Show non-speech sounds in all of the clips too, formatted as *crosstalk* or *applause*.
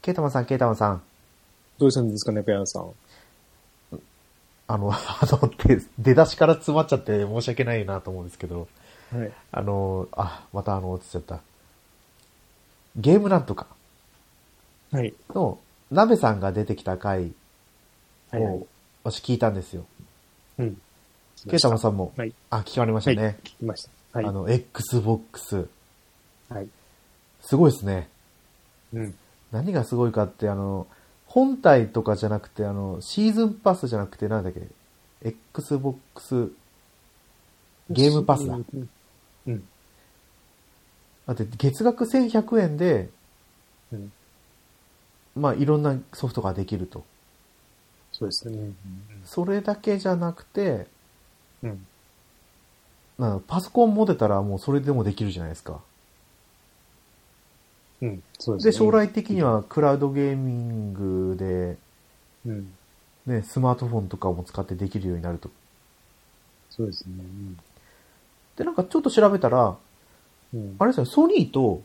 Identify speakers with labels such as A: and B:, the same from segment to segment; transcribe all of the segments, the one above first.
A: ケイタマンさん、ケイタマンさん。
B: どうしたんですかね、ペアさん。
A: あの、 *laughs* あの、出出だしから詰まっちゃって申し訳ないなと思うんですけど、
B: はい。
A: あの、あ、またあの、落ちちゃった。ゲームなんとか
B: はい。
A: の、ナベさんが出てきた回
B: はいはい
A: を、私聞いたんですよ。
B: うん。
A: ケイタマンさんも、
B: はい。
A: あ、聞かれまし
B: は
A: た
B: い。
A: ね
B: 聞。きました。はい。
A: あの、Xbox。
B: はい。
A: すごいですね。
B: うん。
A: 何がすごいかって、あの、本体とかじゃなくて、あの、シーズンパスじゃなくて、なんだっけ、Xbox ゲームパスだ
B: う。ん。うん。
A: だって、月額1100円で、
B: うん
A: まあ、いろんなソフトができると。
B: そうですね。うん
A: それだけじゃなくて、
B: うん。
A: なのパソコン持てたらもうそれでもできるじゃないですか。
B: うん。そうです
A: で、
B: ね。
A: 将来的にはクラウドゲーミングで、
B: うん。
A: ね、スマートフォンとかも使ってできるようになると。
B: そうですね。うん
A: で、なんかちょっと調べたら、
B: うん
A: あ。れですよね、ソニーと、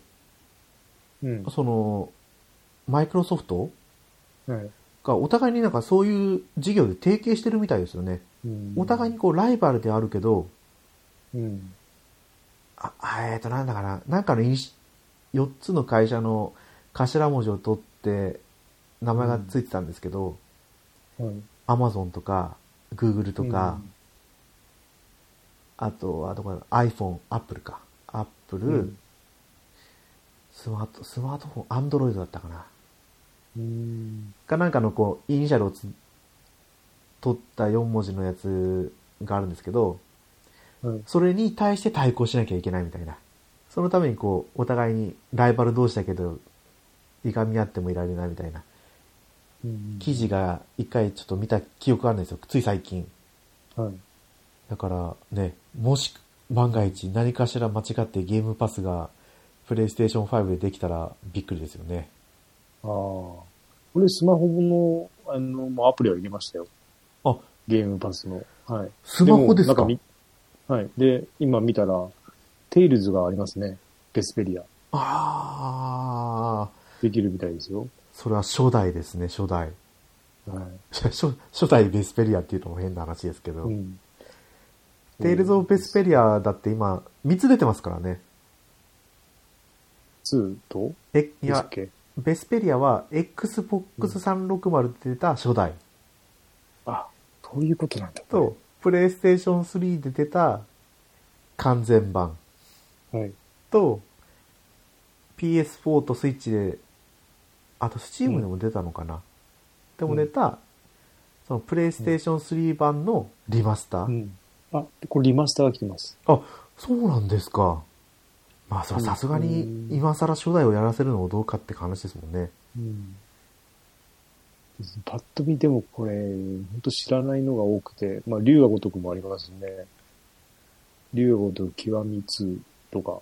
B: うん。
A: その、マイクロソフト
B: はい。
A: がお互いになんかそういう事業で提携してるみたいですよね。
B: うん
A: お互いに。こうライバルであるけど、
B: うん。
A: あ、あえーと、なんだかな、なんかのイニシ、4つの会社の頭文字を取って、名前がついてたんですけど、
B: はい。
A: アマゾンとか、グーグルとか、あとはどこだ、iPhone、Apple か。Apple、
B: うん。うん
A: スマート、スマートフォン、Android だったかな。
B: うん。
A: かなんかのこう、イニシャルをつ取った4文字のやつがあるんですけど、
B: はい。
A: それに対して対抗しなきゃいけないみたいな。そのためにこう、お互いにライバル同士だけど、いがみ合ってもいられないみたいな
B: うん
A: 記事が一回ちょっと見た記憶があるんですよ。つい最近。
B: はい。
A: だからね、もし万が一何かしら間違ってゲームパスがプレイステーション5でできたらびっくりですよね。
B: ああ。これスマホの、あの、もうアプリは入れましたよ。
A: あ、
B: ゲームパスの。はい。
A: スマホですか
B: もなんみはい。で、今見たら、テイルズがありますね。ベスペリア。
A: あー、
B: できるみたいですよ。
A: それは初代ですね、初代。 *laughs*
B: は
A: 初初代ベスペリアっていうのも変な話ですけど。
B: い。うん。
A: テイルズ・オブ・ベスペリアだって今3つ出てますからね。
B: 2と
A: え、い
B: でした
A: や
B: っ、け
A: ベスペリアは Xbox360 で出た初代
B: あ、そういうことなんだ。
A: と、プレイステーション3で出た完全版
B: はい。
A: と、PS4 とスイッチで、あと Steam でも出たのかな、でも出た、そのプレイステーション3版のリマスター。
B: うん。あ、これリマスターが来てます。
A: あ、そうなんですか。まあ、それはさすがに
B: うん
A: 今更初代をやらせるのもどうかって話ですもんね。
B: うん。パッと見てもこれ、本当知らないのが多くて、まあ、竜が如くもありますね。竜が如く極み2とか、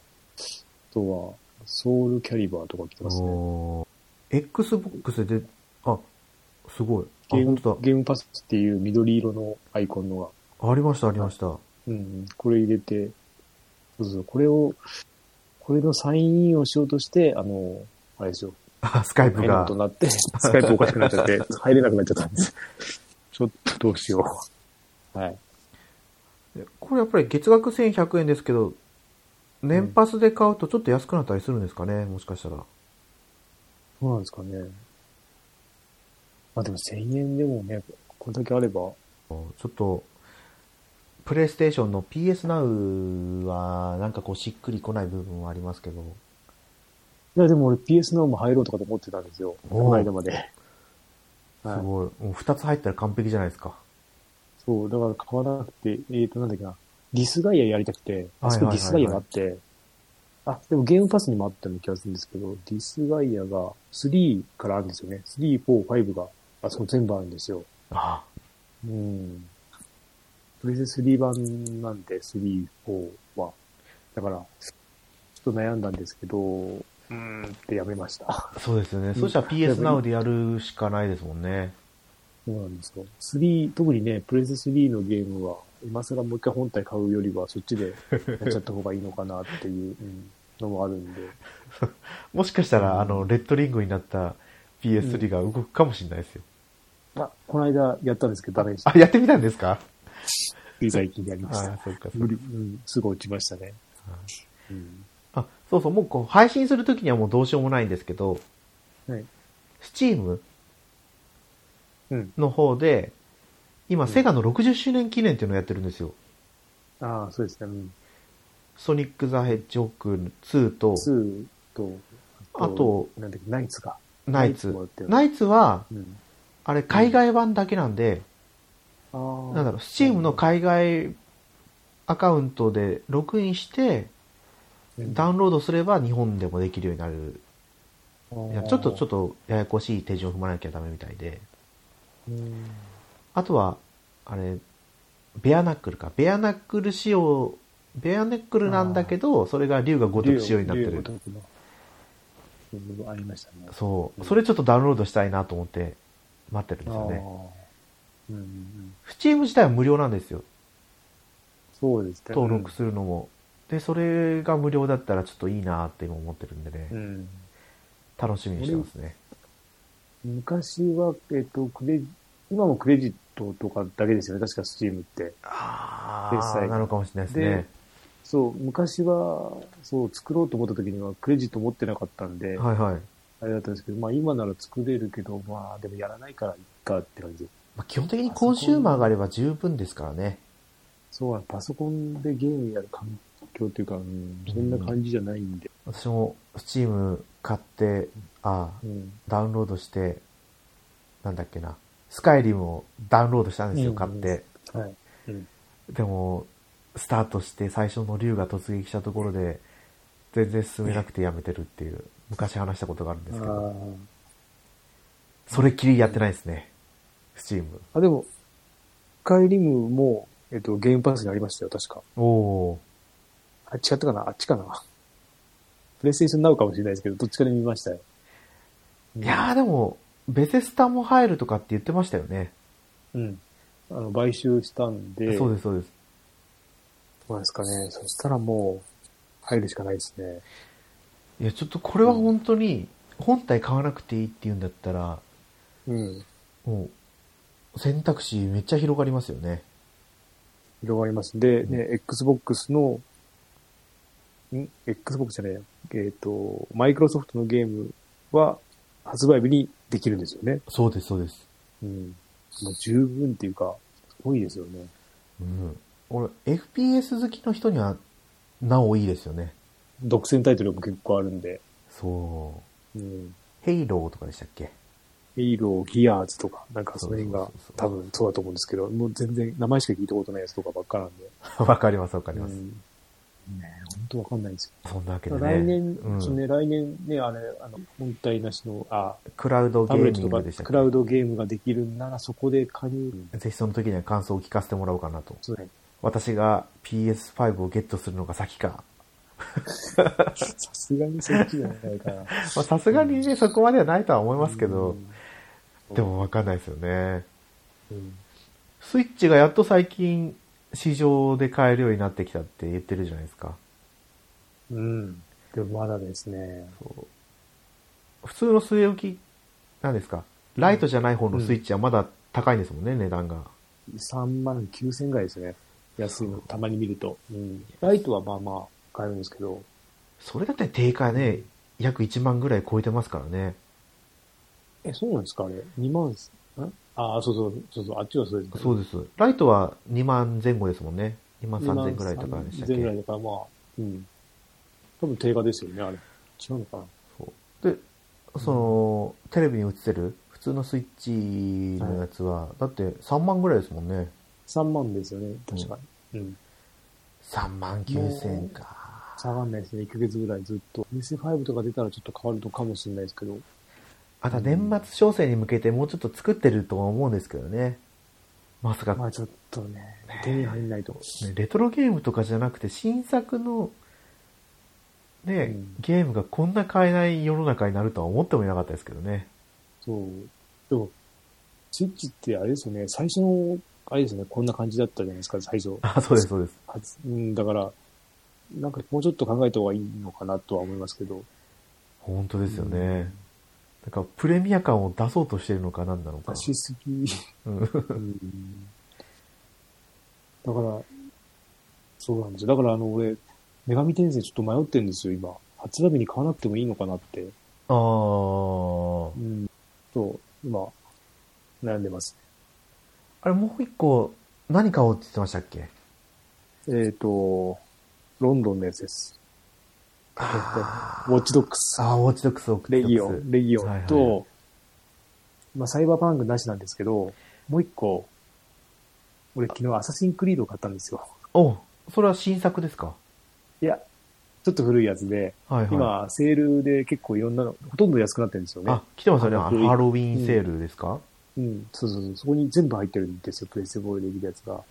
B: あとは、ソウルキャリバーとか来てますね。
A: おー Xbox で、あ、すごい。あ、
B: ゲーム
A: 本当だ。
B: ゲームパスっていう緑色のアイコンのが、
A: ありました、ありました。
B: うん、これ入れて、そうそう、これを、これのサインインをしようとして、あの、あれですよ、
A: あ *laughs* スカイプ
B: 変な
A: が
B: ことに。な *laughs* って、スカイプおかしくなっちゃって、入れなくなっちゃったんです。 *laughs* ちょっとどうしよう。はい。
A: これやっぱり月額1100円ですけど、年パスで買うとちょっと安くなったりするんですかね、もしかしたら。
B: そうなんですかね。まあでも1000円でもね、これだけあれば、
A: ちょっと、プレイステーションの PS Now は、なんかこうしっくりこない部分はありますけど、
B: いやでも俺 PS のも入ろうとかと思ってたんですよ。
A: おう
B: この間まで。
A: す
B: はい。
A: ごい。もう2つ入ったら完璧じゃないですか。
B: そう、だから買わなくて、えっ、と、なんだっけな、ディスガイアやりたくて、あそこディスガイアがあって、あ、でもゲームパスにもあったような気がするんですけど、ディスガイアが3からあるんですよね。3、4、5が、あそこ全部あるんですよ。
A: あ
B: うん。プレス3版なんで、3、4は。だから、ちょっと悩んだんですけど、うーんってやめました。 *laughs*
A: あ、そうですよね。
B: ん
A: そしたら PS Now でやるしかないですもんね。
B: そうなんですよ。3、特にね、プレス3のゲームは、今更もう一回本体買うよりは、そっち
A: *laughs*
B: でやっちゃった方がいいのかなっていううんのもあるんで。
A: もしかしたら、あの、レッドリングになった PS3 が動くかもしれないですよ。
B: あ、この間やったんですけど、ダメでした。
A: あ、やってみたんですか
B: つい最近やりまし
A: あ
B: た。
A: あ、そっかそ
B: 無
A: っか。
B: 理、うん、すぐ落ちましたね。うん
A: あ、そうそう、もうこう、配信するときにはもうどうしようもないんですけど、
B: はい。
A: Steam
B: うん。
A: の方で、今、
B: うん
A: セガの60周年記念っていうのをやってるんですよ。
B: ああ、そうですね。うん。
A: ソニック・ザ・ヘッジホック2と、
B: 2と、
A: あと、
B: なんだっけ、ナイツが。
A: ナイツ
B: もやっ。てる
A: ナイツは、
B: うん。
A: あれ、海外版だけなんで、
B: ああ。
A: なんだろう、Steam の海外アカウントでログインして、ダウンロードすれば日本でもできるようになる。いやちょっと、ちょっ
B: っ
A: とややこしい手順を踏まなきゃダメみたいで。
B: と、うん
A: あとは、あれ、ベアナックルか。ベアナックル仕様、ベアナックルなんだけど、それが竜が如く仕様になって
B: 竜
A: る
B: を。竜を如くのうんありましたね。
A: そう。
B: うん
A: それちょっとダウンロードしたいなと思って待ってるんですよね。
B: あーうんうんうん。
A: スチーム自体は無料なんですよ。
B: そうですね。
A: 登録するのも。で、それが無料だったらちょっといいなって今思ってるんでね。
B: うん。
A: 楽しみにしてますね。
B: 昔は、えっと、クレジ、今もクレジットとかだけですよね。確かスチームって。
A: あ
B: 決
A: あ、
B: 済
A: なのかもしれないですね。
B: そう、昔は、そう、作ろうと思った時にはクレジット持ってなかったんで、
A: はいはい。ま
B: あれだったんですけど、まあ今なら作れるけど、まあでもやらないからいっかって感じ。
A: あ、基本的にコンシューマーがあれば十分ですからね。
B: そうなんパソコンでゲームやる環境というか、うん、そんな感じじゃないんで。
A: 私も Steam 買って、ああ、
B: うん。
A: ダウンロードして、なんだっけな、スカイリムをダウンロードしたんですよ、
B: うん
A: 買って。
B: はい。うん。
A: でも、スタートして最初の竜が突撃したところで、全然進めなくてやめてるっていう、昔話したことがあるんですけど、
B: あ
A: それっきりやってないですね、Steam。
B: あ。あ、でも、カイリムも、えっと、ゲームパスにありましたよ、確か。
A: おお
B: あ、違ったかなあっちかなプレイステーションなのかもしれないですけど、どっちかで見ましたよ。
A: ー。いやーでも、ベセスタも入るとかって言ってましたよね。
B: うん。あの、買収したんで、
A: そうです、そうです。
B: どうですかね。そしたらもう、入るしかないですね。
A: いや、ちょっとこれは本当に、本体買わなくていいって言うんだったら、
B: うん。
A: もう、選択肢めっちゃ広がりますよね。
B: 広がります。で、ね、Xbox の、ん ?Xbox じゃないや。えっ、と、マイクロソフトのゲームは、発売日にできるんですよね。
A: そうです、そうです。
B: うん。もう十分っていうか、すごいですよね。
A: うん。俺、FPS 好きの人には、なおいいですよね。
B: 独占タイトルも結構あるんで。
A: そう。
B: うん。
A: ヘイローとかでしたっけ *laughs*
B: エイロー、ギアーズとか、なんかその辺が
A: そうそうそうそ
B: 多
A: う
B: 分そうだと思うんですけど、もう全然名前しか聞いたことないやつとかばっかなんで。
A: わかります、わかり
B: う
A: ます。
B: ん、ね本当わかんないんです
A: そんなわけで
B: よ。
A: ね。
B: 来年、
A: うん
B: そうね、来年ね、あれ、あの、本体なしの、あ、
A: クラウドゲ
B: タブレ
A: ー
B: ット
A: ミン
B: と
A: グでし
B: か
A: たっ
B: クラ
A: け
B: ウドゲームができるならそこで加入。
A: ぜひその時には感想を聞かせてもらおうかなと。
B: そうね。
A: 私が PS5 をゲットするのが先
B: *laughs*
A: か。
B: さす *laughs* がにそっちじゃないかな。
A: まあさすがにね、そこまではないとは思いますけど、
B: うん
A: でもわかんないですよね。
B: うん、
A: スイッチがやっと最近、市場で買えるようになってきたって言ってるじゃないですか。
B: うん。でもまだですね。
A: そう普通の据え置き、なんですか、ライトじゃない方のスイッチはまだ高いんですもんね、値段が。
B: 3万9000ぐらいですね。安いの、たまに見ると。うん。ライトはまあまあ買えるんですけど、
A: それだって定価ね、約1万ぐらい超えてますからね。
B: え、そうなんですかあれ。2万す、んああ、そうそう、そうそう、あっちはそうです、ね。
A: そうです。ライトは2万前後ですもんね。2万
B: 2
A: 3000ぐらいとかでしたっ
B: 3000ぐら
A: け
B: いだから、まあ、うん。多分定価ですよね、あれ。違うのかな
A: そう。で、その、テレビに映ってる普通のスイッチのやつは、だって3万ぐらいですもんね。
B: ?3 万ですよね、確かに。うん。
A: 3万9000か。
B: 下がんないですね、1ヶ月ぐらいずっと。PS5 とか出たらちょっと変わるのかもしれないですけど。
A: あとは年末商戦に向けてもうちょっと作ってるとは思うんですけどね。まさか
B: まあちょっとね、手に入んないと。
A: ねレトロゲームとかじゃなくて新作の、ね
B: うん
A: ゲームがこんな買えない世の中になるとは思ってもいなかったですけどね。
B: そう。でも、スイッチってあれですよね、最初の、あれですよね、こんな感じだったじゃないですか、最初。
A: あ、そうです、そうです。
B: はずうん、だから、なんかもうちょっと考えた方がいいのかなとは思いますけど。
A: 本当ですよね。なんかプレミア感を出そうとしてるのか何なのか
B: 出。しすぎ。
A: うん *laughs*
B: うんだから、そうなんですよ。だからあの、俺、女神転生ちょっと迷ってんですよ、今。初ラビに買わなくてもいいのかなって。
A: あー
B: う。ん。と、今、悩んでます。
A: あれもう一個何買おうって言ってましたっけ
B: えっ、と、ロンドンのやつです。
A: あ
B: ウォッチドックス。
A: あー、ウォッチドックス、ウォッチド
B: レ
A: ックス。
B: ギオン、レギオ
A: はいは
B: ン
A: い
B: と、まあサイバーパンクなしなんですけど、もう一個、俺昨日アサシンクリードを買ったんですよ。
A: おそれは新作ですか
B: いや、ちょっと古いやつで、
A: はいはい。
B: 今、セールで結構いろんなの、ほとんど安くなってるんですよね
A: あ。、来てますよね。
B: ハ
A: ハ
B: ロウィン
A: ロウィンセールですか、
B: うん、そうそうそう。そこに全部入ってるんですよ、プレステボーイできるやつが。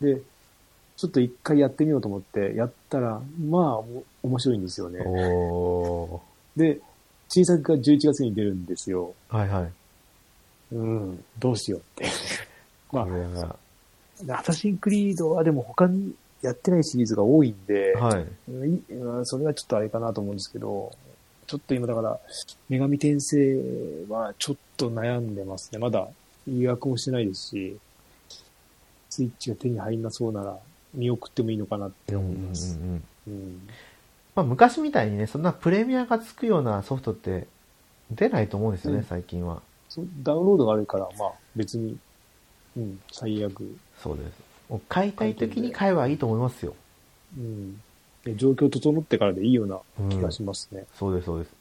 B: で、ちょっと一回やってみようと思って、やったら、まあ、お面白いんですよね。
A: お
B: で、新作が11月に出るんですよ。
A: ー。はいはい。
B: うん、どうしようって。 *laughs* ま
A: これは、
B: あ、アサシンクリードはでも他にやってないシリーズが多いんで、
A: はい。
B: うんいうんそれはちょっとあれかなと思うんですけど、ちょっと今だから、女神転生はちょっと悩んでますね。まだ予約もしてないですし、スイッチが手に入んなそうなら見送ってもいいのかなって
A: うんう
B: 思い
A: んう
B: ます。
A: ん。
B: うん
A: まあ昔みたいにね、そんなプレミアがつくようなソフトって出ないと思うんですよね、
B: うん
A: 最近は。
B: そうダウンロードがあるから、まあ別に、うん、最悪。
A: そうです。もう買いたい時に買えばいいと思いますよ。
B: うん、で状況整ってからでいいような気がしますね。
A: そうです、そうです。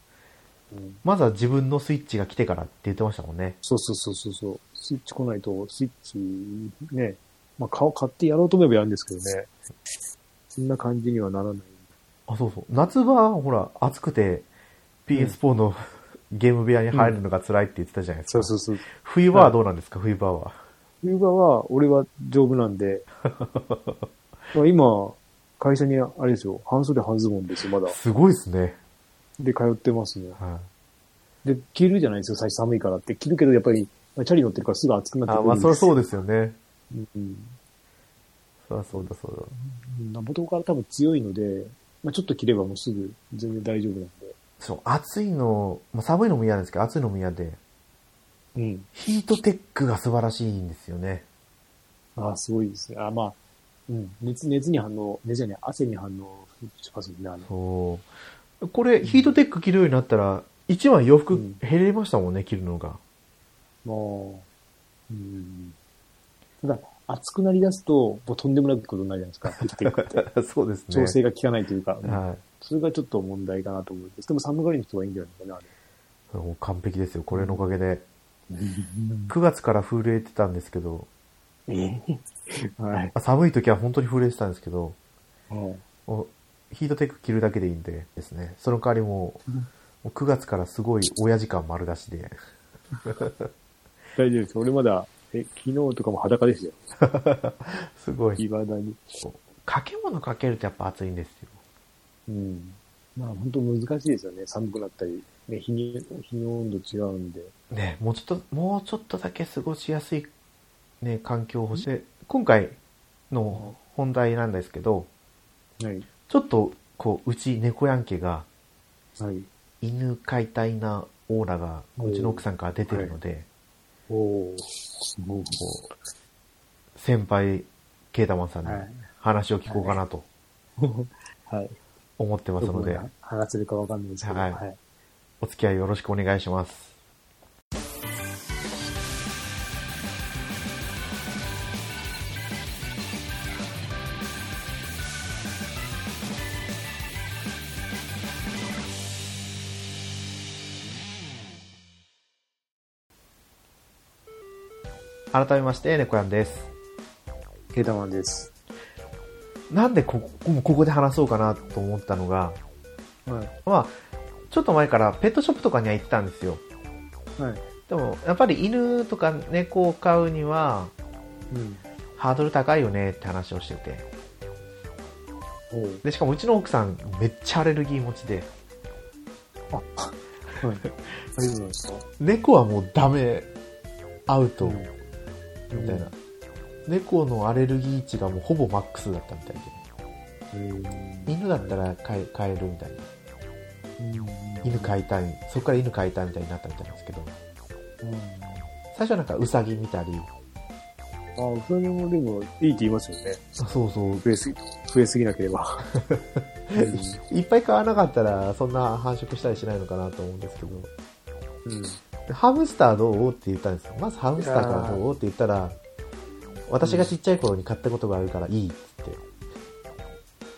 B: うん
A: まずは自分のスイッチが来てからって言ってましたもんね。
B: そうそうそうそうそう。スイッチ来ないと、スイッチ、ね、まあ、顔買ってやろうと思えばやるんですけどね。そんな感じにはならない。
A: あ、そうそう。夏場、ほら、暑くて PS4 の、ゲーム部屋に入るのが辛いって言ってたじゃないですか。
B: そうそうそう。
A: 冬場はどうなんですか、冬場は。
B: 冬場は、俺は丈夫なん *laughs* で。まあ今、会社にあれですよ、半袖半ズボンですよ、まだ。
A: すごいですね。
B: で、通ってますね。
A: はい。
B: で、着るじゃないですよ、最初寒いからって。着るけど、やっぱり、まあ、チャリ乗ってるからすぐ暑くなって
A: あ、
B: くる
A: まあ、そりゃそう
B: で
A: ですよね。
B: す。うん。
A: そりゃそうだ、そう
B: うん元から多分強いので、まあ、ちょっと着ればもうすぐ全然大丈夫なんで。
A: だ。そう、暑いの、まあ、寒いのも嫌なんですけど、暑いのも嫌で、
B: うん。
A: ヒートテックが素晴らしいんですよね。
B: ああ、すごいですね。あまあ、うん。熱、熱に反応、熱じゃねえ、汗に反応しますもんね。あの
A: そう。これ、ヒートテック着るようになったら、一枚洋服
B: うん
A: 減りましたもんね、着るのが。
B: もう、うん。ただ、熱くなり出すと、もうとんでもなくことになるじゃない *laughs* ですか。結
A: *laughs*
B: 局
A: そうですね。
B: 調整が効かないという *laughs* か、うん
A: はい。
B: それがちょっと問題かなと思うんです。でも寒がりの人はいいんじゃないかな、あれ。
A: もう完璧ですよ、これのおかげで。9月から震えてたんですけど、
B: はい。
A: あ寒い時は本当に震えてたんですけど、
B: うん
A: もうヒートテック着るだけでいいんでですね。その代わりもう、
B: うん
A: もう9月からすごい親父感丸出しで。
B: 大丈夫です。俺まだ、え、昨日とかも裸ですよ。
A: すご
B: い
A: い。
B: まだに。
A: 掛け物かけるとやっぱ暑いんですよ。
B: うん。まあ本当難しいですよね。寒くなったり。ね、日に、日の温度違うんで。
A: ね、もうちょっと、もうちょっとだけ過ごしやすい、ね、環境を欲しい。で今回の本題なんですけど、
B: はい。
A: ちょっと、こう、うち猫やんけが、
B: はい。
A: 犬飼いたいなオーラが、
B: おー
A: うちの奥さんから出てるので、
B: おお。すごい。
A: こう、先輩、ケータマンさんに
B: はい
A: 話を聞こうかなと
B: *laughs* はい。
A: 思ってます
B: どこ
A: ので、
B: が話せるかわかんないですけど。
A: はい
B: はい。
A: お付き合いよろしくお願いします。改めまして、猫やんです。
B: ケータマンです。
A: なんでここもここで話そうかなと思ったのが、
B: はい。
A: まあ、ちょっと前からペットショップとかには行ってたんですよ。
B: はい。
A: でもやっぱり犬とか猫を飼うには
B: うん。
A: ハードル高いよねって話をしてて
B: おう
A: でしかもうちの奥さんめっちゃアレルギー持ちで
B: はい。大丈夫なんですか
A: 猫はもうダメアウト
B: う
A: み
B: ん
A: たいな、猫のアレルギー値がもうほぼマックスだったみたい
B: うん
A: で犬だったら飼え飼えるみたいな
B: うん
A: 犬飼いたいそこから犬飼いたいみたいになったみたいなんですけど
B: うん。
A: 最初はなんかウサギ見たり
B: あ、それもでも、いいって言いますよね。
A: あそうそう
B: 増えすぎ、増えすぎなけれ *laughs* ば。う
A: いっぱい買わなかったらそんな繁殖したりしないのかなと思うんですけど
B: ん。うん
A: でハムスターどうって言ったんですよまずハムスターからどうって言ったら私がちっちゃい頃に買ったことがあるからいいって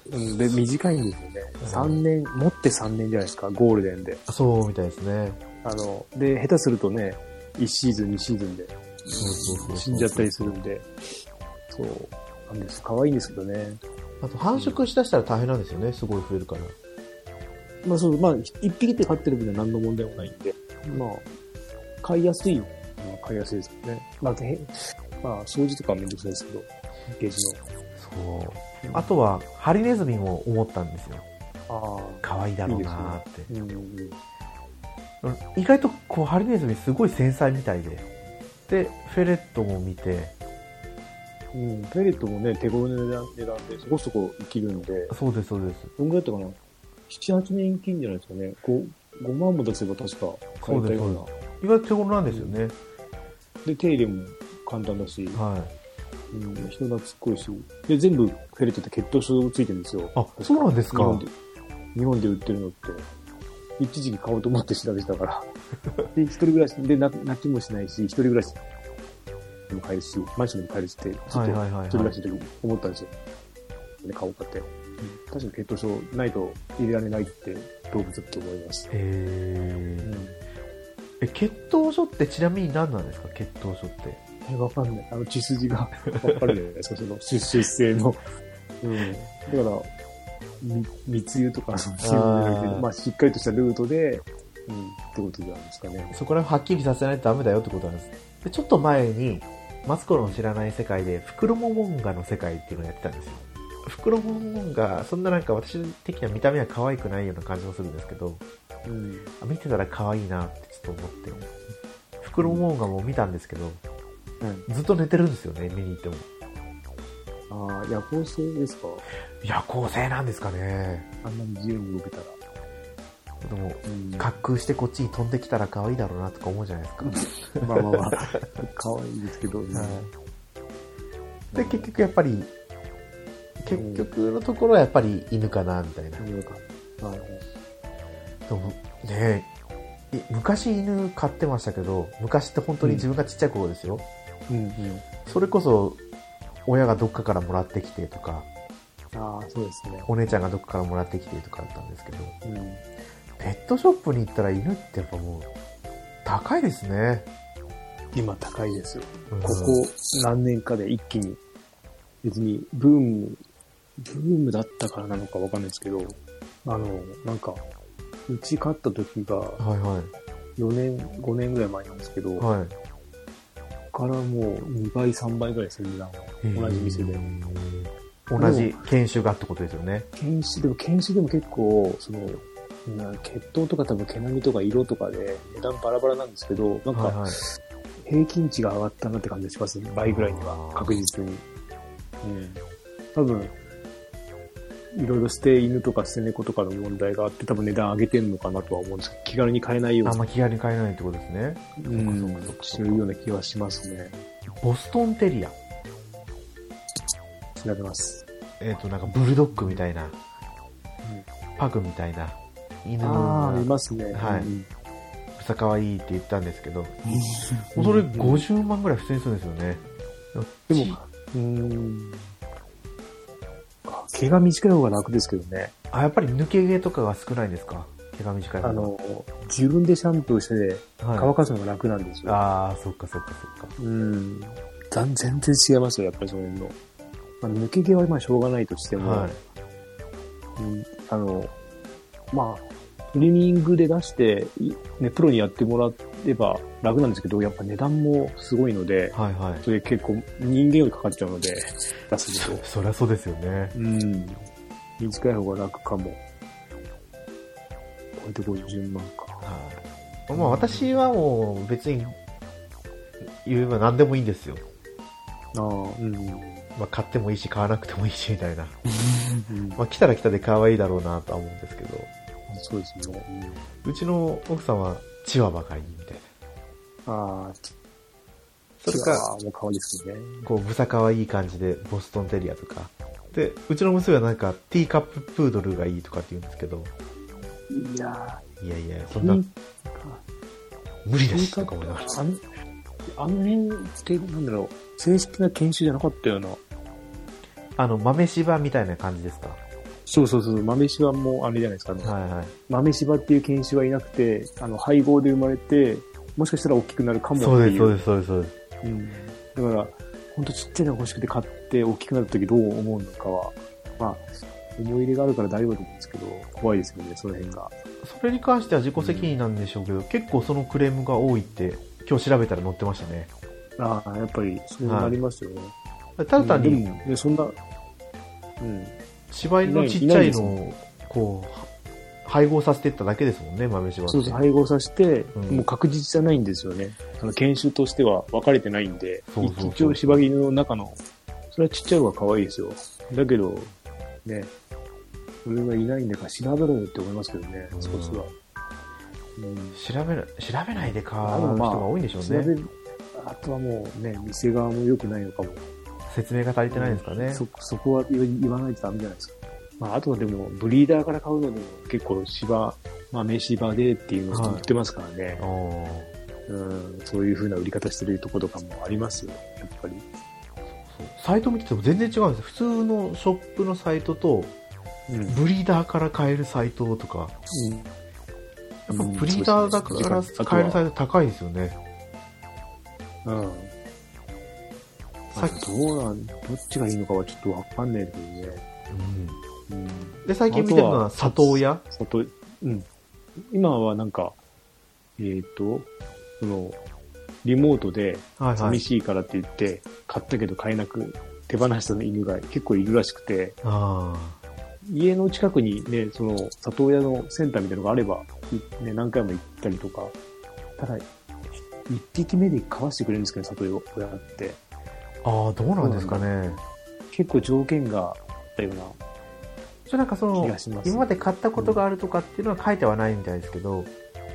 A: 言って
B: うん。で、短いんですよね。3年、持って3年じゃないですか、ゴールデンで。
A: あそうみたいですね
B: あの、で、下手するとね、1シーズン、2シーズンで
A: そうそうそうそう
B: 死んじゃったりするんで、そう、なんです。可愛いんですけどね。
A: あと繁殖しだしたら大変なんですよねすごい増えるから
B: まあそう、まあ、一匹で飼ってる分には何の問題もないんで、まあ、飼いやすいのは飼いやすいですよね。まあ、へんまあ、掃除とかはめんどくさいですけど、ゲージ
A: そう
B: の。
A: あとはハリネズミも思ったんですよ
B: あ
A: 可愛いだろうなーって
B: ー、うんうん
A: うん意外とこうハリネズミすごい繊細みたいででフェレットも見て
B: うん。うん、ペレットもね、手頃な値段値段でそこそこ生きるので、
A: そうですそうです
B: どんぐらいだったかな ?7、8年生きんじゃないですかね。5, 5万も出せば確か買えたよう
A: そう
B: な。
A: 意外と手頃なんですよね、
B: で、手入れも簡単だし、
A: はい
B: うん、人懐っこいし。で、全部フェレットって血糖症ついてるんですよ。
A: あそうなんですか
B: 日本で、日本で売ってるのって、一時期買おうと思って調べてたから。
A: *laughs*
B: で、一人暮らし、で、な泣きもしないし、一人暮らしでも買えるし、マンションでも買えるしって、ちょっと
A: は
B: 一
A: いはいはいはい
B: 人暮らしの時思ったんですよ。で、買おうかって。うん確かに血糖症ないと入れられないって動物って思います。
A: へ
B: うん
A: ーえ血糖症ってちなみに何なんですか血糖症って
B: え、わかんない。あの、血 *laughs* 筋がわかるじゃないですか、その、出出性の。うん。だから、み密輸とか、そういうのじゃなく
A: あー
B: てまあ、しっかりとしたルートで、うん、ってことなんですかね。
A: そこら辺はっきりさせないとダメだよってことなんですでちょっと前にマツコの知らない世界でフクロモモンガの世界っていうのをやってたんですよフクロモモンガそんななんか私的には見た目は可愛くないような感じもするんですけど
B: うん。
A: あ見てたら可愛いなってちょっと思ってフクロモモンガも見たんですけど
B: うん。
A: ずっと寝てるんですよね見に行っても
B: ああ、夜行性ですか
A: 夜行性なんですかね
B: あんなに自由に動けたら。
A: でも
B: うん。
A: 滑空してこっちに飛んできたら可愛いだろうなとか思うじゃないですか
B: まあまあまあ、可愛いですけど。うん
A: はいで結局やっぱり結局のところはやっぱり犬かなみたいな、
B: うんよかったはいはい
A: でもねえい昔犬飼ってましたけど昔って本当に自分がちっちゃい頃ですよ、
B: うんうん。
A: それこそ親がどっかからもらってきてとか
B: ああ、そうですね。
A: お姉ちゃんがどっかからもらってきてとかだったんですけど
B: うん。
A: ペットショップに行ったら犬ってやっぱもう高いですね、
B: 今高いですよ。
A: うん
B: ここ何年かで一気に、別にブーム、ブームだったからなのかわかんないですけど、あの、なんか、うち買った時が
A: はいは
B: 4年、5年ぐらい前なんですけど、
A: い
B: こ
A: はい
B: こからもう2倍、3倍ぐらいでする値段が。同じ店で
A: へー同じ犬種がってことですよね
B: 犬種、でも犬種でも結構、その、な血統とか多分毛並みとか色とかで値段バラバラなんですけど、なん
A: はい
B: か
A: はい
B: 平均値が上がったなって感じしますね。倍ぐらいには
A: あ、ー
B: 確実に。うん。多分、いろいろ捨て犬とか捨て猫とかの問題があって、多分値段上げてんのかなとは思うんですけど、気軽に買えないよう
A: あ、
B: なん
A: ま気軽に買えないってことですね。
B: うん、してるような気はしますね。
A: ボストンテリア。
B: 調べます。
A: えっ、と、なんかブルドッグみたいな、パグみたいな、犬
B: ああ、い
A: の
B: ますね。
A: はい
B: うん
A: ふさかわいいって言ったんですけど、もうそれ50万ぐらい普通にするんですよね。
B: でも、うん。あ毛が短い方が楽ですけどね。
A: あ、やっぱり抜け毛とかが少ないんですか毛が短い方
B: あ
A: が
B: の、自分でシャンプーして
A: は
B: 乾かすのが楽なんです
A: い、
B: よ。
A: ああ、そっかそっかそっか。
B: うん。全全然違いますよ、やっぱりその辺の。まあ、抜け毛はまあしょうがないとしても、
A: はい。
B: うんあの、まあ、トリミングで出して、いね、プロにやってもらえば楽なんですけど、やっぱ値段もすごいので、
A: はいはい。
B: それ結構人間よりかかっちゃうので、出すのと。
A: そりゃそうですよね。
B: うん。短い方が楽かも。これで50万か。
A: はい。まあ私はもう別に、言えば何でもいいんですよ。
B: ああ、うん。
A: まあ買ってもいいし買わなくてもいいしみたいな。
B: うん
A: まあ、来たら来たで可愛いだろうなとは思うんですけど、
B: そうですね。うん
A: うちの奥さんはチワワがいいみたいな。
B: ああ、
A: それか、、
B: もう可愛いですね。
A: こう、ブサカはいい感じで、ボストンテリアとか。で、うちの娘はなんか、ティーカッププードルがいいとかって言うんですけど、
B: いや
A: いやいや、そ
B: ー、
A: んな
B: うん、
A: 無理だ
B: い
A: し、
B: いか
A: とか思いました。
B: あの、あの辺って、なんだろう、正式な研修じゃなかったような。
A: あの、豆柴みたいな感じですか
B: そうそうそう、豆柴もあれじゃないですか、ね
A: はいはい。
B: 豆柴っていう犬種はいなくて、あの、配合で生まれて、もしかしたら大きくなるかもって
A: そうで
B: い
A: す、
B: う。
A: そうです、そうです、そうです。
B: うん。だから、ほんとちっちゃいのが欲しくて買って、大きくなった時どう思うのかは、まあ、思い入れがあるから大丈夫だと思うんですけど、怖いですよね、その辺が。
A: それに関しては自己責任なんでしょうけど、結構そのクレームが多いって、今日調べたら載ってましたね。
B: ああ、やっぱり、そうなりますよね。
A: ただ単
B: う
A: に
B: ん、でもねそんな、うん。
A: 柴犬のちっちゃいのを、こう、配合させていっただけですもんね、豆柴って。
B: そうそう、配合させて、
A: うん
B: もう確実じゃないんですよね。その研修としては分かれてないんで、
A: そうそうそう
B: 一応柴犬の中の、それはちっちゃい方が可愛いですよ。だけど、ね、それがいないんだから調べろよって思いますけどね、
A: うん
B: そこそは。うん
A: 調べな、調べないで買う人が多いんでしょう
B: 調べ
A: ね。
B: るあとはもうね、店側も良くないのかも。
A: 説明が足りてないんですかね。
B: そ、そこは言わないとダメじゃないですか。まあ、あとはでも、ブリーダーから買うのでも結構芝、まあ、名芝でっていうのを売ってますからね。
A: おー
B: うん、そういう風な売り方してるところとかもありますよ、やっぱり。
A: そうサイト見てても全然違うんです普通のショップのサイトと、
B: うん。
A: ブリーダーから買えるサイトとか、やっぱブリーダーだから買えるサイト高いですよね。
B: うん。
A: さ
B: さ
A: っ
B: っ
A: き
B: きどうなん、どっちがいいのかはちょっとわかんないけどね。うん。
A: で、最近見てるのは
B: あとは
A: 里親
B: 外、うん。今はなんか、えっ、と、その、リモートで
A: はいは
B: 寂
A: い。
B: しいからって言って、買ったけど買えなく手放した犬が結構いるらしくて、
A: あ
B: 家の近くにね、その、里親のセンターみたいなのがあれば、いね、何回も行ったりとか、ただ、一匹目で買わしてくれるんですけど、里親って。
A: ーあー、どうなんですかね。
B: 結構条件があったような
A: それなんかその
B: 気が、します、
A: 今まで買ったことがあるとかっていうのは書いてはないみたいですけど、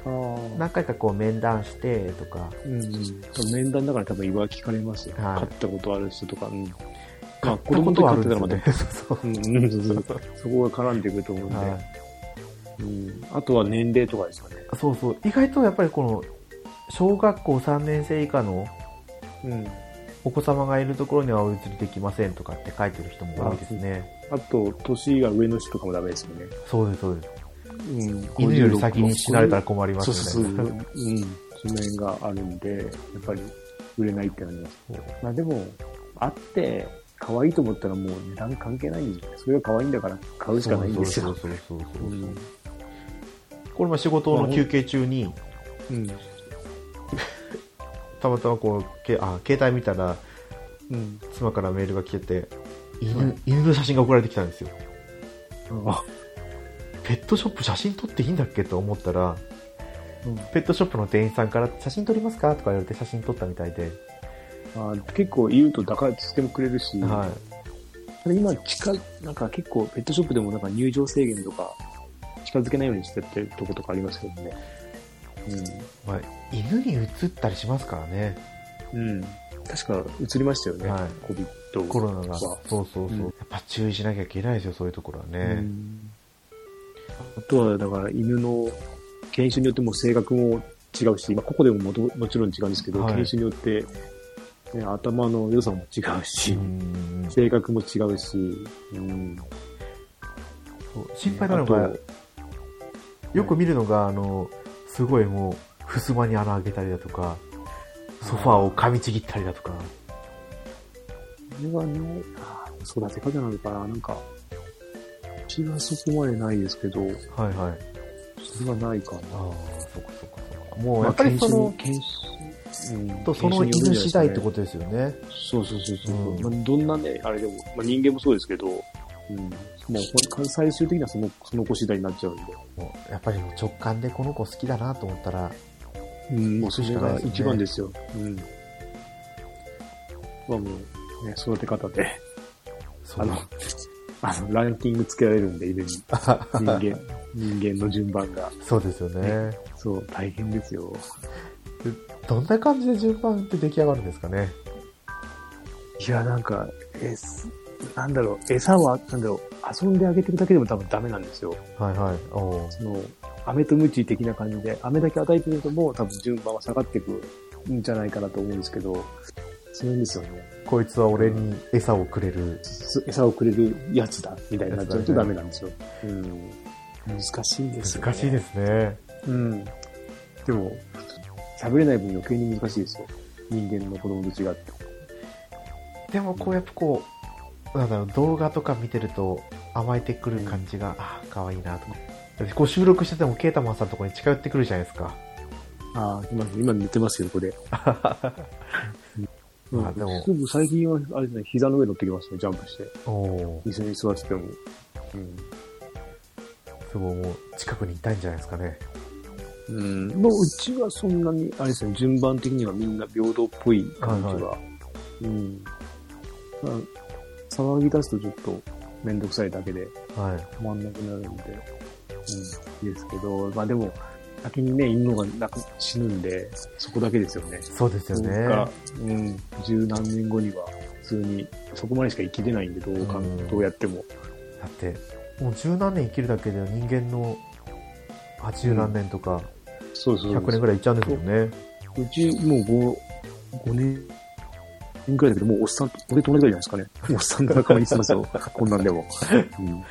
B: あー
A: 何回かこう面談してとか、
B: うんうん、面談だから多分言わ聞かれますよ。
A: はい
B: 買ったことある人とか、うん。ま
A: 買
B: あ、
A: っ
B: 子
A: た
B: 供
A: こ
B: の時
A: とはあ
B: 買っ
A: る
B: て
A: ん
B: た
A: で
B: ら
A: す
B: ま
A: よね。 *laughs*
B: た、
A: そう
B: うんうんうん
A: *laughs*
B: そこが絡んでくると思うんで、
A: そうはい
B: うん。あとは年齢とかですかね。
A: そうそう意外とやっぱりこの小学校3年生以下の
B: うん。
A: お子様がいるところにはお移りできませんとかって書いてる人も多いですね
B: あと、年が上の人とかもダメですよね。
A: そうですそうです
B: うん。
A: 犬より先に死なれたら困りま
B: そう
A: す
B: そう
A: よ
B: そう。
A: ね
B: うん。その辺があるんで、やっぱり売れないってなります。まあでも、あって、可愛いと思ったらもう値段関係ないんで、それが可愛いんだから買うしかないんです
A: そ
B: よ
A: う。そうそうそうそううそうんこれも仕事の休憩中に
B: うん。
A: たまたまこうけあ携帯見たら
B: うん。
A: 妻からメールが来てて
B: は
A: 犬
B: い
A: 犬の写真が送られてきたんですよ
B: あ、
A: ペットショップ写真撮っていいんだっけと思ったら
B: うん
A: ペットショップの店員さんから写真撮りますかとか言われて写真撮ったみたいで、
B: あ結構言うと抱かしてもくれるし、
A: はい、
B: ただ今近い、なんか結構ペットショップでもなんか入場制限とか、近づけないようにしてってるとことかありますけどね。
A: まあ、犬に移ったりしますからね、
B: うん。うん。確か映りましたよね。
A: はい
B: コビット
A: コロナが。そ
B: は
A: うそうそう。
B: うん
A: やっぱ注意しなきゃいけないですよ、そういうところは
B: う
A: ね。
B: ん。あとは、だから犬の犬種によっても性格も違うし、まあ、ここでももともちろん違うんですけど、
A: はい
B: 犬種によって、ね、頭の良さも違うし、
A: うん
B: 性格も違うし、うん。
A: そう心配なのが
B: あと、
A: よく見るのが、あの、すごいもう、襖に穴開けたりだとか、ソファーを噛みちぎったりだとか、
B: あれはね、あー育て方なのかな、なんか、うちはそこまでないですけど、
A: はいはい。
B: それはないかな。
A: ああ、そうかそうかそうか。もう
B: ま
A: や
B: あ
A: っぱりその、
B: 犬種に、犬種うん
A: とその犬
B: 犬種によるん
A: 次
B: じゃな
A: 第って
B: いですかね
A: ことですよね。
B: そうそうそうそう、
A: うん
B: まあ。どんなね、あれでも、まあ、人間もそうですけど、うん、もう最終的にはそのその子次第になっちゃうんで、
A: もうやっぱりもう直感でこの子好きだなと思ったら、
B: うん、もうそれが
A: そうし
B: 一
A: かな
B: 番
A: い
B: ですよ。うん。まあもう、ね、育て方で、
A: そ
B: あ
A: う
B: *laughs* *laughs* の、あの、ランキングつけられるんで、犬に。人間、人間の順番が。
A: そうですよね。
B: そう、大変ですよ。
A: どんな感じで順番って出来上がるんですかね。
B: いや、なんか、え、すなんだろう、餌は、なんだろう、遊んであげてるだけでも多分ダメなんですよ。
A: はいはい。おー
B: その、飴とムチ的な感じで、飴だけ与えてるともう多分順番は下がっていくんじゃないかなと思うんですけど、そういうんですよね。
A: こいつは俺に餌をくれる。
B: す餌をくれるやつだ、みたいになっちゃうとダメなんですよ。うん。難しいですよ、ね。
A: 難しいですね。
B: うん。でも、喋れない分余計に難しいですよ。人間の子供と違って。
A: でもこうやっぱこう、なんだろう、動画とか見てると甘えてくる感じが、ああ、可愛いなとか。でこう収録してても、ケータマンさんのとこに近寄ってくるじゃないですか。
B: ああ、今、今寝てますよ、これ。うん
A: あでも
B: すぐ最近は、あれですね、膝の上乗ってきますね、ジャンプして。
A: おおー
B: 椅子に座ってても。うん。
A: すごいもう近くにいたいんじゃないですかね。
B: うん。もう、うちはそんなに、あれですね、順番的にはみんな平等っぽい感じは。
A: はい
B: うん。まあ騒ぎ出すとちょっと、めんどくさいだけで、
A: はい。
B: 止まんなくなるんで。うん。ですけど、まあでも、先にね、犬のがなく死ぬんで、そこだけですよね。
A: そうですよね
B: か。、うん、十何年後には、普通に、そこまでしか生きれないんで、どうか、
A: うん
B: どうやっても。
A: だって、もう十何年生きるだけで人間の80何年とか
B: そうそうそう。
A: 100年ぐらいいっちゃうんですもんね。
B: うち、もう5、5年、年くらいだけど、もうおっさん、俺と同じぐらいじゃないです *laughs* かね。おっさんの仲間にして *laughs* ますよ。こんなんでも。うん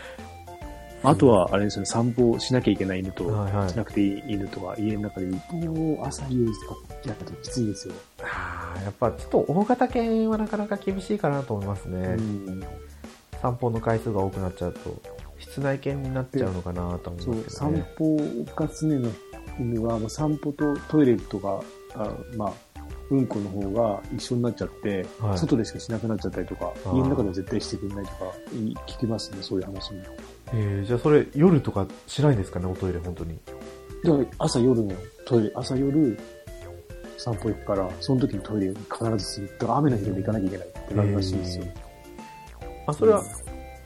B: あとは、あれですよね、散歩しなきゃいけない犬と、
A: はいはい
B: しなくていい犬とは、家の中で、もう朝夕とか、なんかきついですよ。
A: ああ、やっぱちょっと大型犬はなかなか厳しいかなと思いますね。
B: うん
A: 散歩の回数が多くなっちゃうと、室内犬になっちゃうのかなと思、
B: そううん
A: ですけど
B: 散
A: ね。
B: 歩が常の犬は、まあ、散歩とトイレとか、あまあ、うんこの方が一緒になっちゃって、
A: はい
B: 外でしかしなくなっちゃったりとか、
A: あ
B: 家
A: ー
B: の中では絶対してくれないとか、い聞きますね、そういう話も。だか
A: えー、じゃあそれ夜とかしないんですかね、おトイレ本当に。
B: ら朝夜のトイレ、朝夜散歩行くから、その時にトイレ必ずする。だから雨の日でも行かなきゃいけないってなるらしいですよ
A: え。あ、それは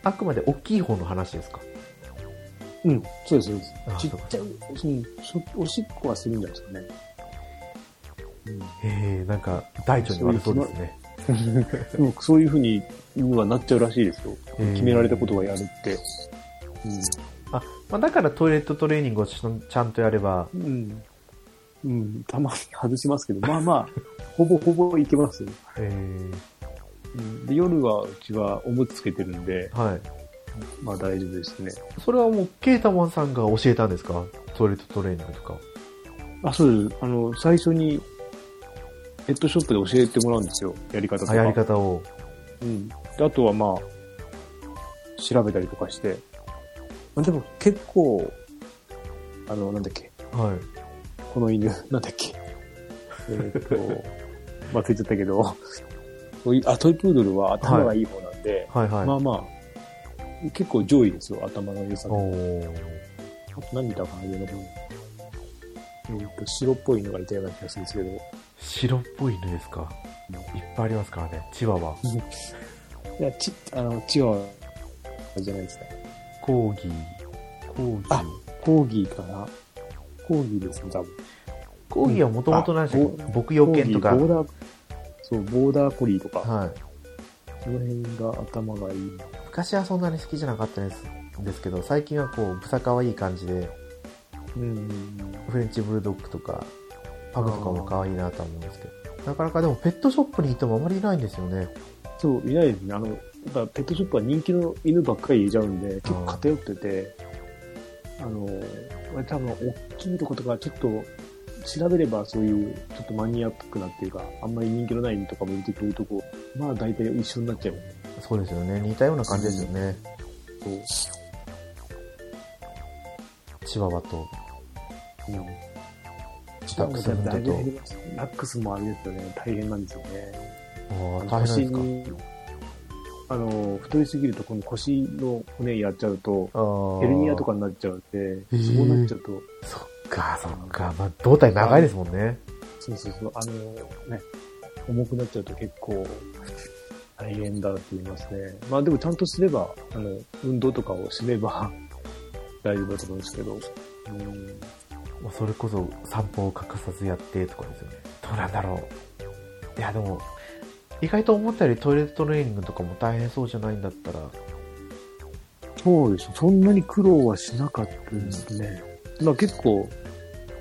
A: あくまで大きい方の話ですか。
B: うん、そうです、そうです
A: あ。
B: ちっちゃい、うん、そおしっこはするんじゃないですかね。うん
A: えー、なんか大腸に悪そうですね。
B: でもそういうふうにはなっちゃうらしいですよ。
A: えー
B: 決められたことはやるって。
A: まあ、だからトイレットトレーニングをちゃんちゃんとやれば、
B: うん。うん。うん。たまに外しますけど、まあ *laughs* まあ、ほぼほぼいけますよ。
A: えー、
B: うん、で夜はうちはおむつつけてるんで、
A: はい。
B: まあ大丈夫ですね。
A: それはもう、ケータマンさんが教えたんですかトイレットトレーニングとか。
B: あ、そうです。あの、最初に、ペットショップで教えてもらうんですよ。やり方と
A: あ
B: か。
A: やり方を。
B: うん。であとはまあ、調べたりとかして。まあでも結構、あの、なんだっけ、
A: はい。
B: この犬、 *laughs* なんだっけ。えーっと、 *laughs* 忘れちゃったけど、そういうあトイプードルは頭がいい方なんで、
A: はいはい。
B: まあまあ、結構上位ですよ、頭の良さ。
A: おー
B: あと何見たかな、上の方に。えーっと、白っぽいのがいたような気がするんですけど、
A: 白っぽい犬ですか。いっぱいありますからね。チワワ、
B: いや、ち、あの、違う、じゃないですか。
A: コーギー、コーギー
B: あ。コーギーかな。コーギーですね、多分。
A: コーギーはもともと何でしたっ
B: あ
A: け牧羊犬とか。
B: コーギーボーダー、そう、ボーダーコリーとか、
A: はい。
B: その辺が頭がいい。
A: 昔はそんなに好きじゃなかったですですけど最近はこうぶさかわいい感じで
B: うん。
A: フレンチブルドッグとかパグとかも可愛いなとは思うんですけどなかなかでもペットショップに行ってもあまりいないんですよね
B: そう、いないですね。あの、やっぱペットショップは人気の犬ばっかり入れちゃうんで、結構偏ってて、あの、これ多分大きいとことかちょっと、調べればそういう、ちょっとマニアっぽくなっていうか、あんまり人気のない犬とかも入れてくれるとこ、まあ大体一緒になっちゃうもんね。
A: そうですよね似たような感じですよね
B: そう。
A: チワワと
B: うん。
A: チ
B: ダ
A: タックスフン
B: ッ
A: ドと
B: クスダックスもあれですよね、大変なんですよね。
A: ああ大変ですか
B: 腰にあの、太りすぎると、この腰の骨やっちゃうと、
A: あー
B: ヘルニアとかになっちゃうんで、
A: ー
B: そうなっちゃうと、
A: そっかそっかまあ胴体長いですもんね
B: そうそうそう、あのね、重くなっちゃうと結構大変だって言いますね。まあでもちゃんとすれば、あの、運動とかをすれば、 *laughs* ライブだと思うんですけど。うん。
A: まあ、それこそ散歩を欠かさずやってとかですよね。どうなんだろう。いや、でも、意外と思ったよりトイレットトレーニングとかも大変そうじゃないんだったら、
B: そうです。そんなに苦労はしなかったですね。まあ結構、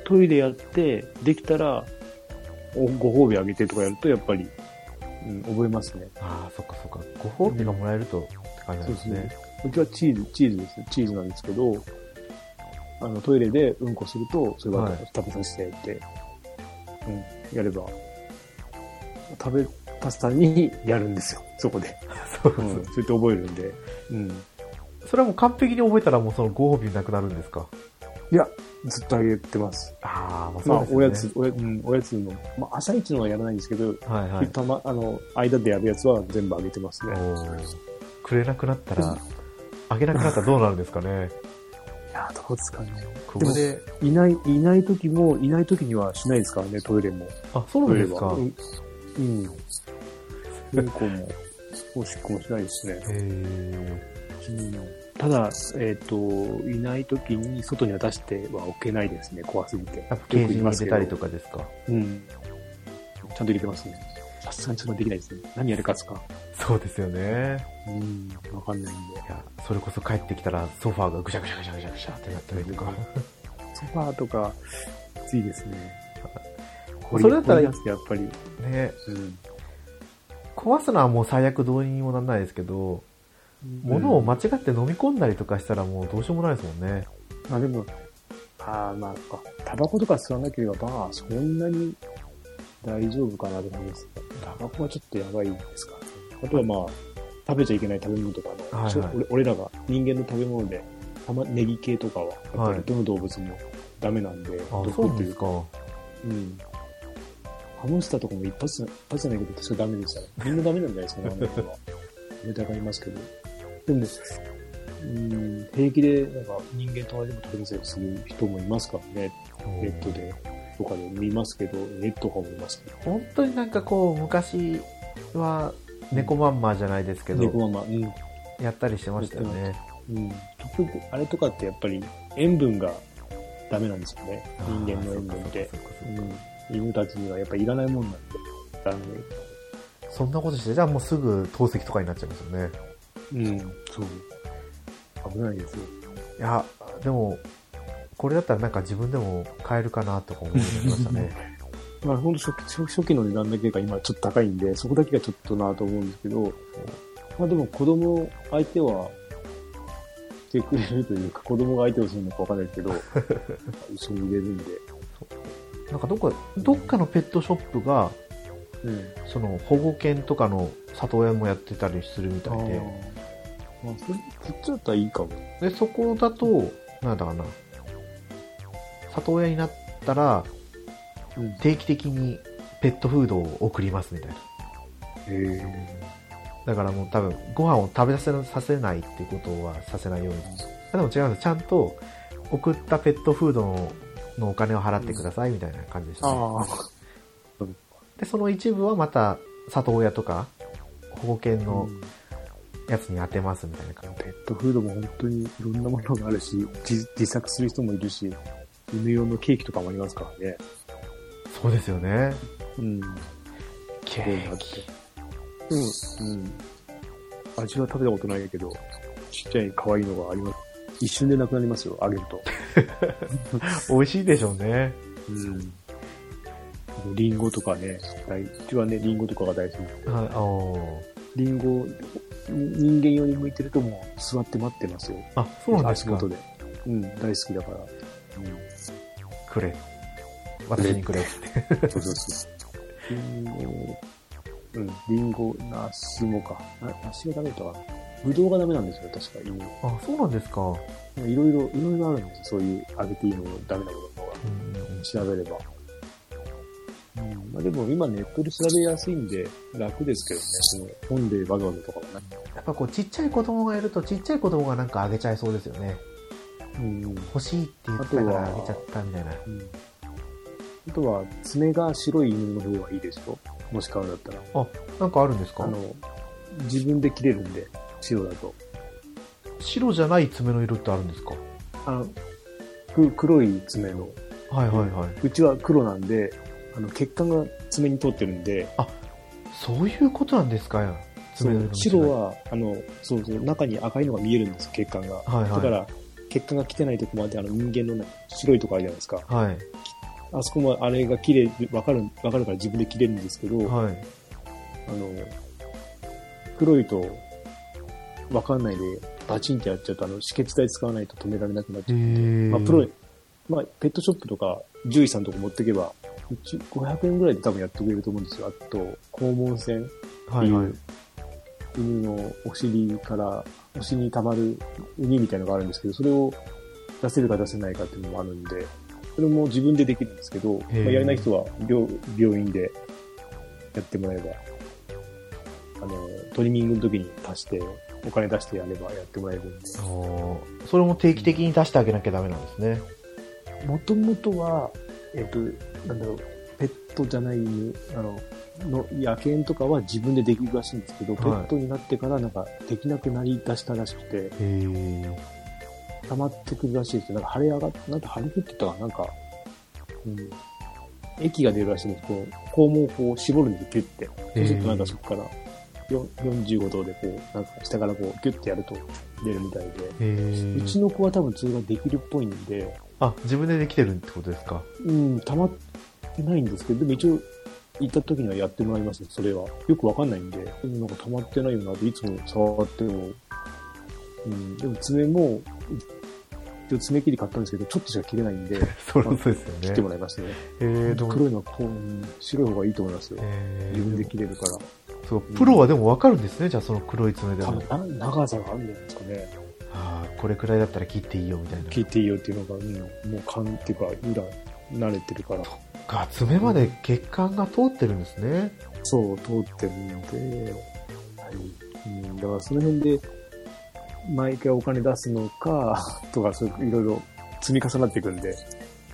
B: トイレやって、できたら、おご褒美あげてとかやると、やっぱり、うん、覚えますね。
A: ああ、そっかそっか、ご褒美がもらえるとって感じなんですね。
B: うちはチーズ、チーズです。チーズなんですけど、あの、トイレでうんこすると、それ
A: は
B: はい食べさせてって、うん、やれば、食べたさにやるんですよ、そこで。
A: そう
B: う
A: そ
B: ん、
A: う
B: そうやって覚えるんで。うん。
A: それはもう完璧に覚えたらもうそのご褒美なくなるんですか
B: いや、ずっとあげてます。
A: ああ、まあ
B: ま
A: そう
B: あ
A: で、すよ
B: お
A: ね。
B: やつ、おや,、うん、おやつの、まあ、朝一のはやらないんですけど、
A: はいはい。
B: たま、あの、間でやるやつは全部あげてますね。
A: おーくれなくなったら、あげなくなったらどうなるんですか
B: *laughs*
A: ね。
B: いや、どうですかね。
A: ここで、
B: いない、いない時も、いない時にはしないですからね、トイレも。
A: あ、そう
B: トイ
A: で
B: レ
A: すか。
B: は。うん。うん。うんこも、 *laughs* おしっこもしないですね。
A: へえ。
B: ただ、えっ、と、いない時に外には出しては置けないですね、怖すぎて。
A: やっぱケージに入れたりと
B: か。
A: かですか。
B: うん。ちゃんと入れてますね。さすがにそれはできないですね。何やるかつか。
A: そうですよね。
B: うん、わかんないんで。
A: いや、それこそ帰ってきたらソファーがぐしゃぐしゃぐしゃぐしゃぐしゃってなったりとか。
B: ソファーとか、ついですね。
A: それだったら
B: 掘り出すとやっぱり。
A: ね、
B: うん。
A: 壊すのはもう最悪どうにもならないですけど、物を間違って飲み込んだりとかしたらもうどうしようもないですもんね。
B: まあでも、ああ、まあ、あタバコとか吸わなければ、まあ、そんなに大丈夫かなと思います。タバコはちょっとやばいですからね。あとはまあ、食べちゃいけない食べ物とか
A: は
B: の、
A: いはい
B: ちょ俺俺らが人間の食べ物で、たま、ネギ系とかは、やっぱ
A: はい
B: りどの動物もダメなんで、
A: あ、
B: 毒
A: そうなん
B: って
A: で
B: い
A: す
B: う
A: か。
B: うん。ハムスターとかも一発じゃ、一発じゃないけど、確かダメでしたね。
A: *laughs*
B: みんなダメなんじゃないですかね、あの人は。めちゃかりますけど。でも、うん、平気で、なんか、人間と同じも食べさせようとする人もいますからね、
A: うん
B: ネットで、とかで見ますけど、ネットとかもいますけど。
A: 本当になんかこう、昔は、猫マンマーじゃないですけど、
B: 猫ママ、うん。
A: やったりしてましたよね。
B: うん。特にあれとかってやっぱり、塩分がダメなんですよね。人間の塩分って
A: あー。そっかそっかそっか
B: うん。犬たちにはやっぱいらないもんなんで、ダメ。
A: そんなことして、じゃあもうすぐ透析とかになっちゃいますよね。
B: うん、そう。危ないですよ。
A: いや、でも、これだったらなんか自分でも買えるかなとか思いましたね。
B: *laughs* まあ、ほんと初期初初期の値段だけが今ちょっと高いんで、そこだけがちょっとなと思うんですけど、まあでも子供相手はしてくれるというか、子供が相手をするのかわかんないですけ *laughs* ど、一緒に入れるんで。
A: なんかどっか、どっかのペットショップが、
B: うん。
A: その保護犬とかの里親もやってたりするみたいで、
B: まあ、それ、そっちだったらいいかも。
A: で、そこだと、なんだかな、里親になったら、
B: うん。へ
A: 定期的にペットフードを送りますみたいな。
B: え。
A: だからもう多分、ご飯を食べさせさせないってことはさせないように。あでも違うんです。ちゃんと送ったペットフードののお金を払ってくださいみたいな感じでした、ね
B: ああ。
A: で、その一部はまた里親とか保護犬の
B: うん
A: やつに当てますみたいな感じ
B: ペットフードも本当にいろんなものがあるし、自自作する人もいるし、犬用のケーキとかもありますからね。
A: そうですよね。
B: うん。
A: ケ
B: こういうのあっ。て。うん。うん。味は食べたことないけど、ちっちゃい可愛いのがあります。一瞬でなくなりますよ、揚げると。
A: 美味しいでしょうね。
B: うん。リンゴとかね、大うちはね、リンゴとかが大好き。
A: はい、あー
B: リンゴ、人間用に向いてるともう座って待ってますよ。
A: あ、そうなんです
B: 足
A: か
B: 元。で。うん、大好きだから。うん。
A: くれ。私にくれって。
B: そうそうそう。リンゴ、うん、リンゴ、梨もか。な梨がダメだったかな。ぶどうがダメなんですよ、確か、犬。
A: あ、そうなんですか。うん
B: いろいろ、いろいろあるんですよ。そういう、あげていいの、ダメなものとか、
A: うんうん
B: 調べれば。うん、まあでも今ネットで調べやすいんで、楽ですけどね。その本でわざわざとかもな
A: やっぱこうちっちゃい子供がいるとちっちゃい子供がなんかあげちゃいそうですよね。
B: うん、うん。
A: 欲しいって言ってたからあげちゃったみたいな。
B: あとは、爪が白い犬の方がいいでしょもし買うんだったら。
A: あ、なんかあるんですか
B: あの、自分で切れるんで、白だと。
A: 白じゃない爪の色ってあるんですか
B: あの、く黒い爪の、
A: はいはいはい。
B: うちは黒なんで、あの、血管が爪に通ってるんで、
A: そういうことなんですかよ。
B: そ
A: 爪の
B: う
A: 色の違い
B: 白。は、あの、そうそう、中に赤いのが見えるんですよ、血管が。
A: はいはい
B: だから、血管が来てないとこもあって、あの、人間のね白いとこあるじゃないですか。
A: はい。
B: あそこもあれが綺麗で、わかる、わかるから自分で切れるんですけど、
A: はい。
B: あの、黒いとわかんないで、バチンってやっちゃうと、あの、止血剤使わないと止められなくなっちゃう。
A: え
B: まあ、プロ、まあ、ペットショップとか、獣医さんとか持ってけば、うち500円ぐらいで多分やってくれると思うんですよ。あと、肛門腺って
A: はい
B: いう、
A: はい。
B: 犬のお尻から、お尻に溜まる海みたいなのがあるんですけど、それを出せるか出せないかっていうのもあるんで、それも自分でできるんですけど、まあ、
A: へえ
B: やれない人は病病院でやってもらえば、あの、トリミングの時に足して、お金出してやればやってもらえるんで。
A: おーそれも定期的に出してあげなきゃダメなんですね。
B: もともとは、えっ、と、なんだろう、ペットじゃない犬、あの、の野犬とかは自分でできるらしいんですけど、
A: はい
B: ペットになってからなんかできなくなりだしたらしくて、
A: へえ。
B: 溜まってくるらしいですよなんか腫れ上がっなんか腫れてって言ったかななんか、うん。液が出るらしいんですこう、肛門をこう絞るんですよ、ギュッて。そうするとなんかそこから、よ45度でこう、なんか下からこう、ギュッてやると出るみたいで。
A: へ
B: うち
A: ー
B: の子は多分それができるっぽいんで、
A: あ、自分でできてるってことですか。
B: うん、溜まってないんですけど、でも一応、行った時にはやってもらいますね、それは。よくわかんないんで、うんなんか溜まってないよなって、いつも触っても。うん、でも爪も、一応爪切り買ったんですけど、ちょっとしか切れないんで、
A: そりゃそうですよね。
B: 切ってもらいましたね。
A: へーでも
B: 黒いのはこう、うん白い方がいいと思いますよ。
A: へー
B: 自分で切れるから。
A: そう、プロはでも分かるんですね、じゃあその黒い爪で
B: 多
A: も。
B: 分な、長さがあるんじゃないですかね。
A: ああ、これくらいだったら切っていいよみたいな。
B: 切っていいよっていうのが、うん、もう勘っていうか、裏、慣れてるから。
A: か、爪まで血管が通ってるんですね。
B: そう、通ってるので、はい。うん、だからその辺で、毎回お金出すのか、 *laughs* とか、そういろいろ積み重なっていくんで、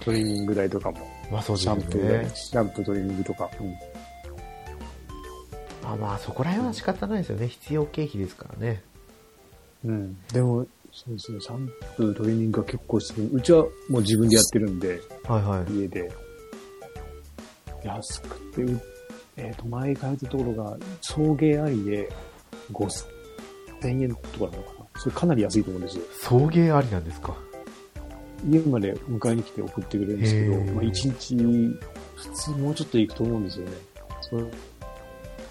B: トリミング代とかも、
A: まあそうです
B: シャ
A: よ
B: ンプー代、
A: ね。
B: シャンプートリミングとか、うん
A: まあまあ、そこら辺は仕方ないですよね。必要経費ですからね。
B: うん。でも、そうですね、シャンプー、トリミングは結構する。うちはもう自分でやってるんで、
A: はいはい。
B: 家で。安くて、うえっ、と、前通ったところが、送迎ありで、5000円とかなのかな。それかなり安いと思うんですよ。
A: 送迎ありなんですか。
B: 家まで迎えに来て送ってくれるんですけ
A: へ
B: ど、
A: ー
B: まあ、一日、普通もうちょっと行くと思うんですよね。それ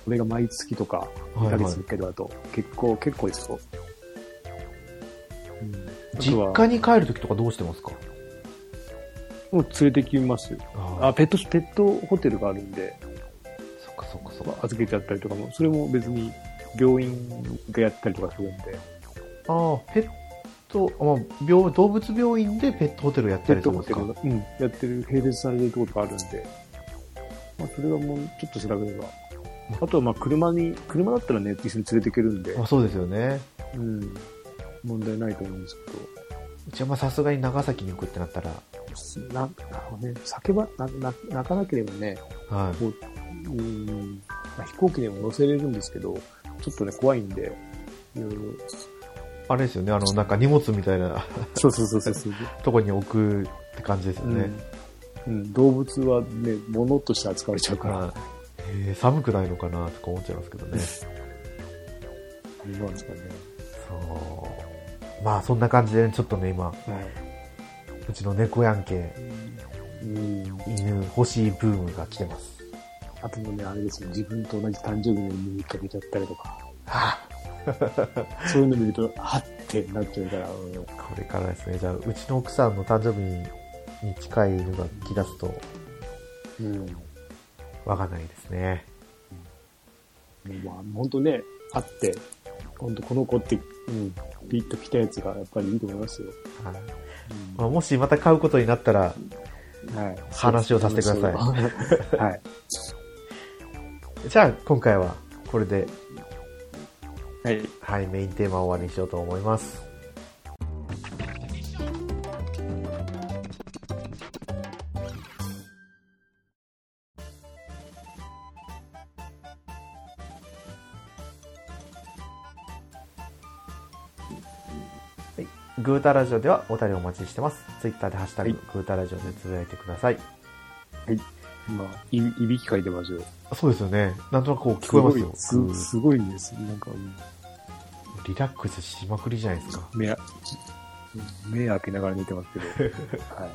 B: それが毎月とか、
A: は
B: 2
A: いは
B: ヶ
A: い
B: 月に1回とかだと、結構、結構ですよ。うん
A: 実
B: あとは
A: 家に帰るときとかどうしてますか
B: もう連れてきますよ。
A: あ
B: あ、ペット、ペットホテルがあるんで、
A: あ、そっかそっかそっ
B: ま
A: か
B: あ。預けてやったりとかも、それも別に病院がやったりとかするんで、
A: ああ、ペット、まあ、病動物病院でペットホテルやって
B: ペ
A: る
B: ッ
A: って
B: ト
A: こ
B: ホ
A: とですか
B: テルが、うん、やってる、併設されてるところがあるんで、まあ、それはもうちょっと調べれば。あとはまあ車に、車だったらね、一緒に連れていけるんで
A: ま、あそうですよね。
B: うん、問題ないと思うんですけど。
A: うちはまあさすがに長崎に行くってなったら、
B: な、なのね、酒ば、な、な、泣かなければね、
A: はい。
B: こう、うん、まあ飛行機でも乗せれるんですけど、ちょっとね、怖いんで、いろいろ。
A: あれですよね、あの、なんか荷物みたいな *laughs*
B: そうそうそうそうそう。
A: とこに置くって感じですよね。
B: うん、うん、動物はね、物として扱われちゃうから、
A: はいえー寒くないのかなとか思っちゃいますけどね。
B: あれなんですかね。
A: そう。まあそんな感じで、ちょっとね、今、
B: は
A: うちの猫やんけ、
B: い。うん。
A: 犬欲しいブームが来てます。
B: あともね、あれですよ、自分と同じ誕生日の犬にかけちゃったりとか、
A: は
B: そういうの見ると、はってなっちゃうから、うん
A: あこれからですね、じゃあ、うちの奥さんの誕生日に近い犬が来だすと、
B: うん。
A: わかんないですね。
B: まあ、ほんとね、あって、ほんとこの子って、うん、ピッと来たやつがやっぱりいいと思いますよ。
A: はいまあ、もしまた買うことになったら、
B: うんはい。
A: 話をさせてください
B: い。はい。
A: じゃあ今回はこれで、
B: はい。
A: はい、メインテーマを終わりにしようと思います。はいグータラジオではお便りお待ちしてます。ツイッターでハッシュタグ、
B: はい
A: グータラジオでつぶやいてください。
B: 今、い、いびきかいてましたよ。
A: そうですよね。なんとなくこう聞こえますよ。
B: すごい、
A: グ
B: す
A: ー
B: すごいんです。なんか、
A: リラックスしまくりじゃないですか。
B: 目あ、目開けながら寝てますけど。は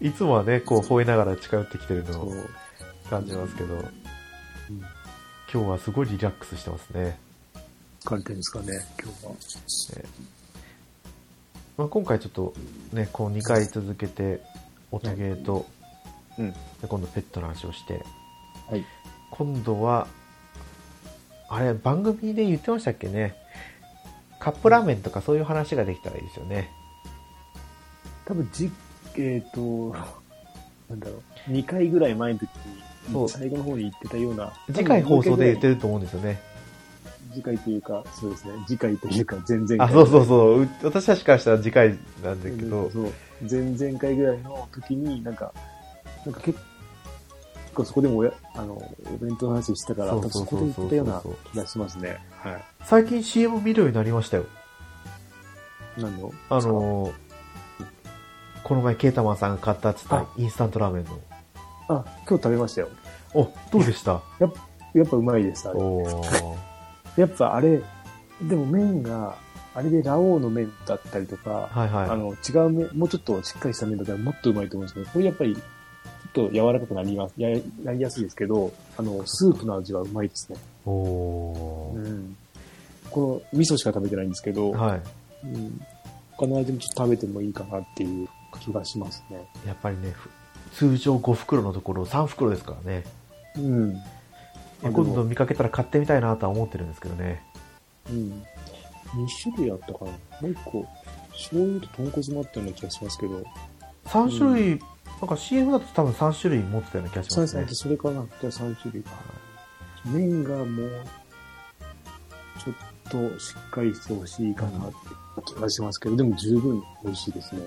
B: い。
A: いつもはね、こう吠えながら近寄ってきてるの
B: そ
A: を
B: う。
A: 感じますけど、今日はすごいリラックスしてますね。
B: 疲れてるんですかね、今日は。
A: まあ、今回ちょっとね、こう2回続けて、おたげと、
B: うん。
A: で今度ペットの話をして、
B: はい。
A: 今度は、あれ、番組で言ってましたっけね。カップラーメンとかそういう話ができたらいいですよね。
B: 多分じ、えっ、と、 *laughs* なんだろう、2回ぐらい前の時
A: そう
B: に、最後の方に言ってたような。
A: 次回放送で言って
B: る。
A: ると思うんですよね。
B: 次回というか、そうですね、次回というか、前々回。
A: あ、そうそうそう。う私たちからしたら次回なんだけど、
B: そう。前々回ぐらいの時に、なんか、なんか結構そこでもおや、あの、お弁当の話したから、
A: そうそう
B: そ
A: そ
B: こ
A: う
B: で
A: そう
B: 言ったような気がしますね。は
A: 最近 CM 見るようになりましたよ。
B: い。なんの
A: あ、のー、この前ケータマンさんが買ったっつった
B: あ
A: インスタントラーメンの。
B: あ、今日食べましたよ。
A: お、どうでした
B: やっぱうまいです、あれ。
A: おー。
B: やっぱあれ、でも麺が、あれでラオウの麺だったりとか、
A: はい
B: あ
A: は
B: の、違う麺、もうちょっとしっかりした麺だったらもっとうまいと思うんですけど、これやっぱり、ちょっと柔らかくなります、やなりやすいですけど、あの、スープの味はうまいですね。
A: い。おー。
B: ん。この味噌しか食べてないんですけど、
A: はい。
B: うん、他の味もちょっと食べてもいいかなっていう気がしますね。
A: やっぱりね、ふ通常5袋のところ3袋ですからね。
B: うん。
A: 今
B: で
A: 度
B: も
A: 見かけたら買ってみたいなとは思ってるんですけどね。
B: うん。2種類あったかな。もう1個、醤油と豚骨もあったような気がしますけど、
A: 3種類、なんか CM だと多分3種類持ってたような気がし
B: そ
A: ま
B: うです
A: す
B: ね
A: ね。。
B: それかな。じゃあ3種類かな。麺がもう、ちょっとしっかりしてほしいかなって気がしますけど、でも十分美味しいですね。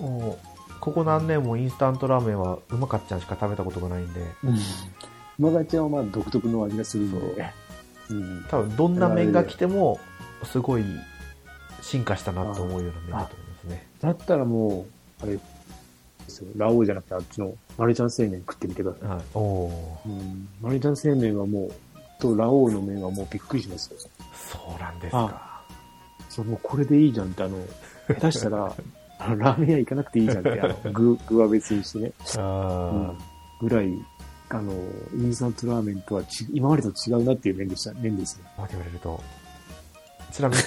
A: もうここ何年もインスタントラーメンはうまかっちゃんしか食べたことがないんで、
B: うん。マガちゃんはまあ独特の味がするんで。うん。
A: 多分どんな麺が来ても、すごい進化したなと思うような麺だと思いますね。
B: だったらもう、あれですよ、ラオウじゃなくてあっちのマルちゃん製麺食ってみてくださ
A: はい、おー
B: い。うん。マルちゃん製麺はもう、とラオウの麺はもうびっくりしますよ。
A: そうなんですか。
B: そう、もうこれでいいじゃんって、あの、下手した *laughs* ら、あのラーメン屋行かなくていいじゃんって、あの、具、具は別にしてね。
A: あ
B: ぐらい、あの、インスタントラーメンとはち今までと違うなっていう麺でした、麺ですね。
A: ー、待って言われると。ちなみに、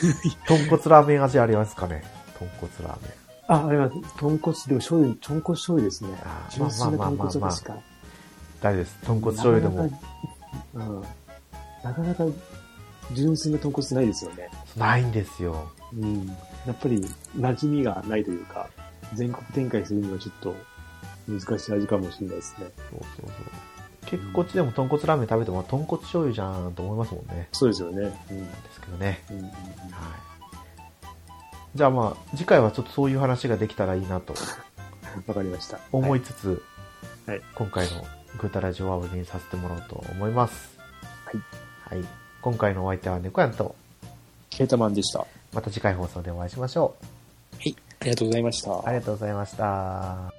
A: 豚骨ラーメン味ありますかね豚骨ラーメン。
B: あ、あれは、豚骨、でも醤油、豚骨醤油ですね
A: あ。ー
B: 純粋な
A: まあまあまあ
B: 豚
A: まあ
B: 骨味しか。
A: 大丈夫です。豚骨醤油で
B: な
A: も
B: かなか。うん。なかなか、純粋な豚骨ないですよね。
A: ないんですよ。
B: うん。やっぱり、馴染みがないというか、全国展開するにはちょっと、難しい味かもしれないですね。
A: そうそうそう。結構こっちでも豚骨ラーメン食べても豚骨醤油じゃんと思いますもんね。
B: そうですよね。うん。
A: ですけどね。
B: うんうんうん
A: はい。じゃあまあ、次回はちょっとそういう話ができたらいいなと
B: わかりました。
A: 思
B: い。
A: いつつ、
B: はい
A: 今回のグータラジオは終わりにさせてもらおうと思います。はい。今回のお相手は猫やんと、
B: ケータマンでした。は
A: また次回放送でお会いしましょう。
B: い。ありがとうございました。
A: ありがとうございました。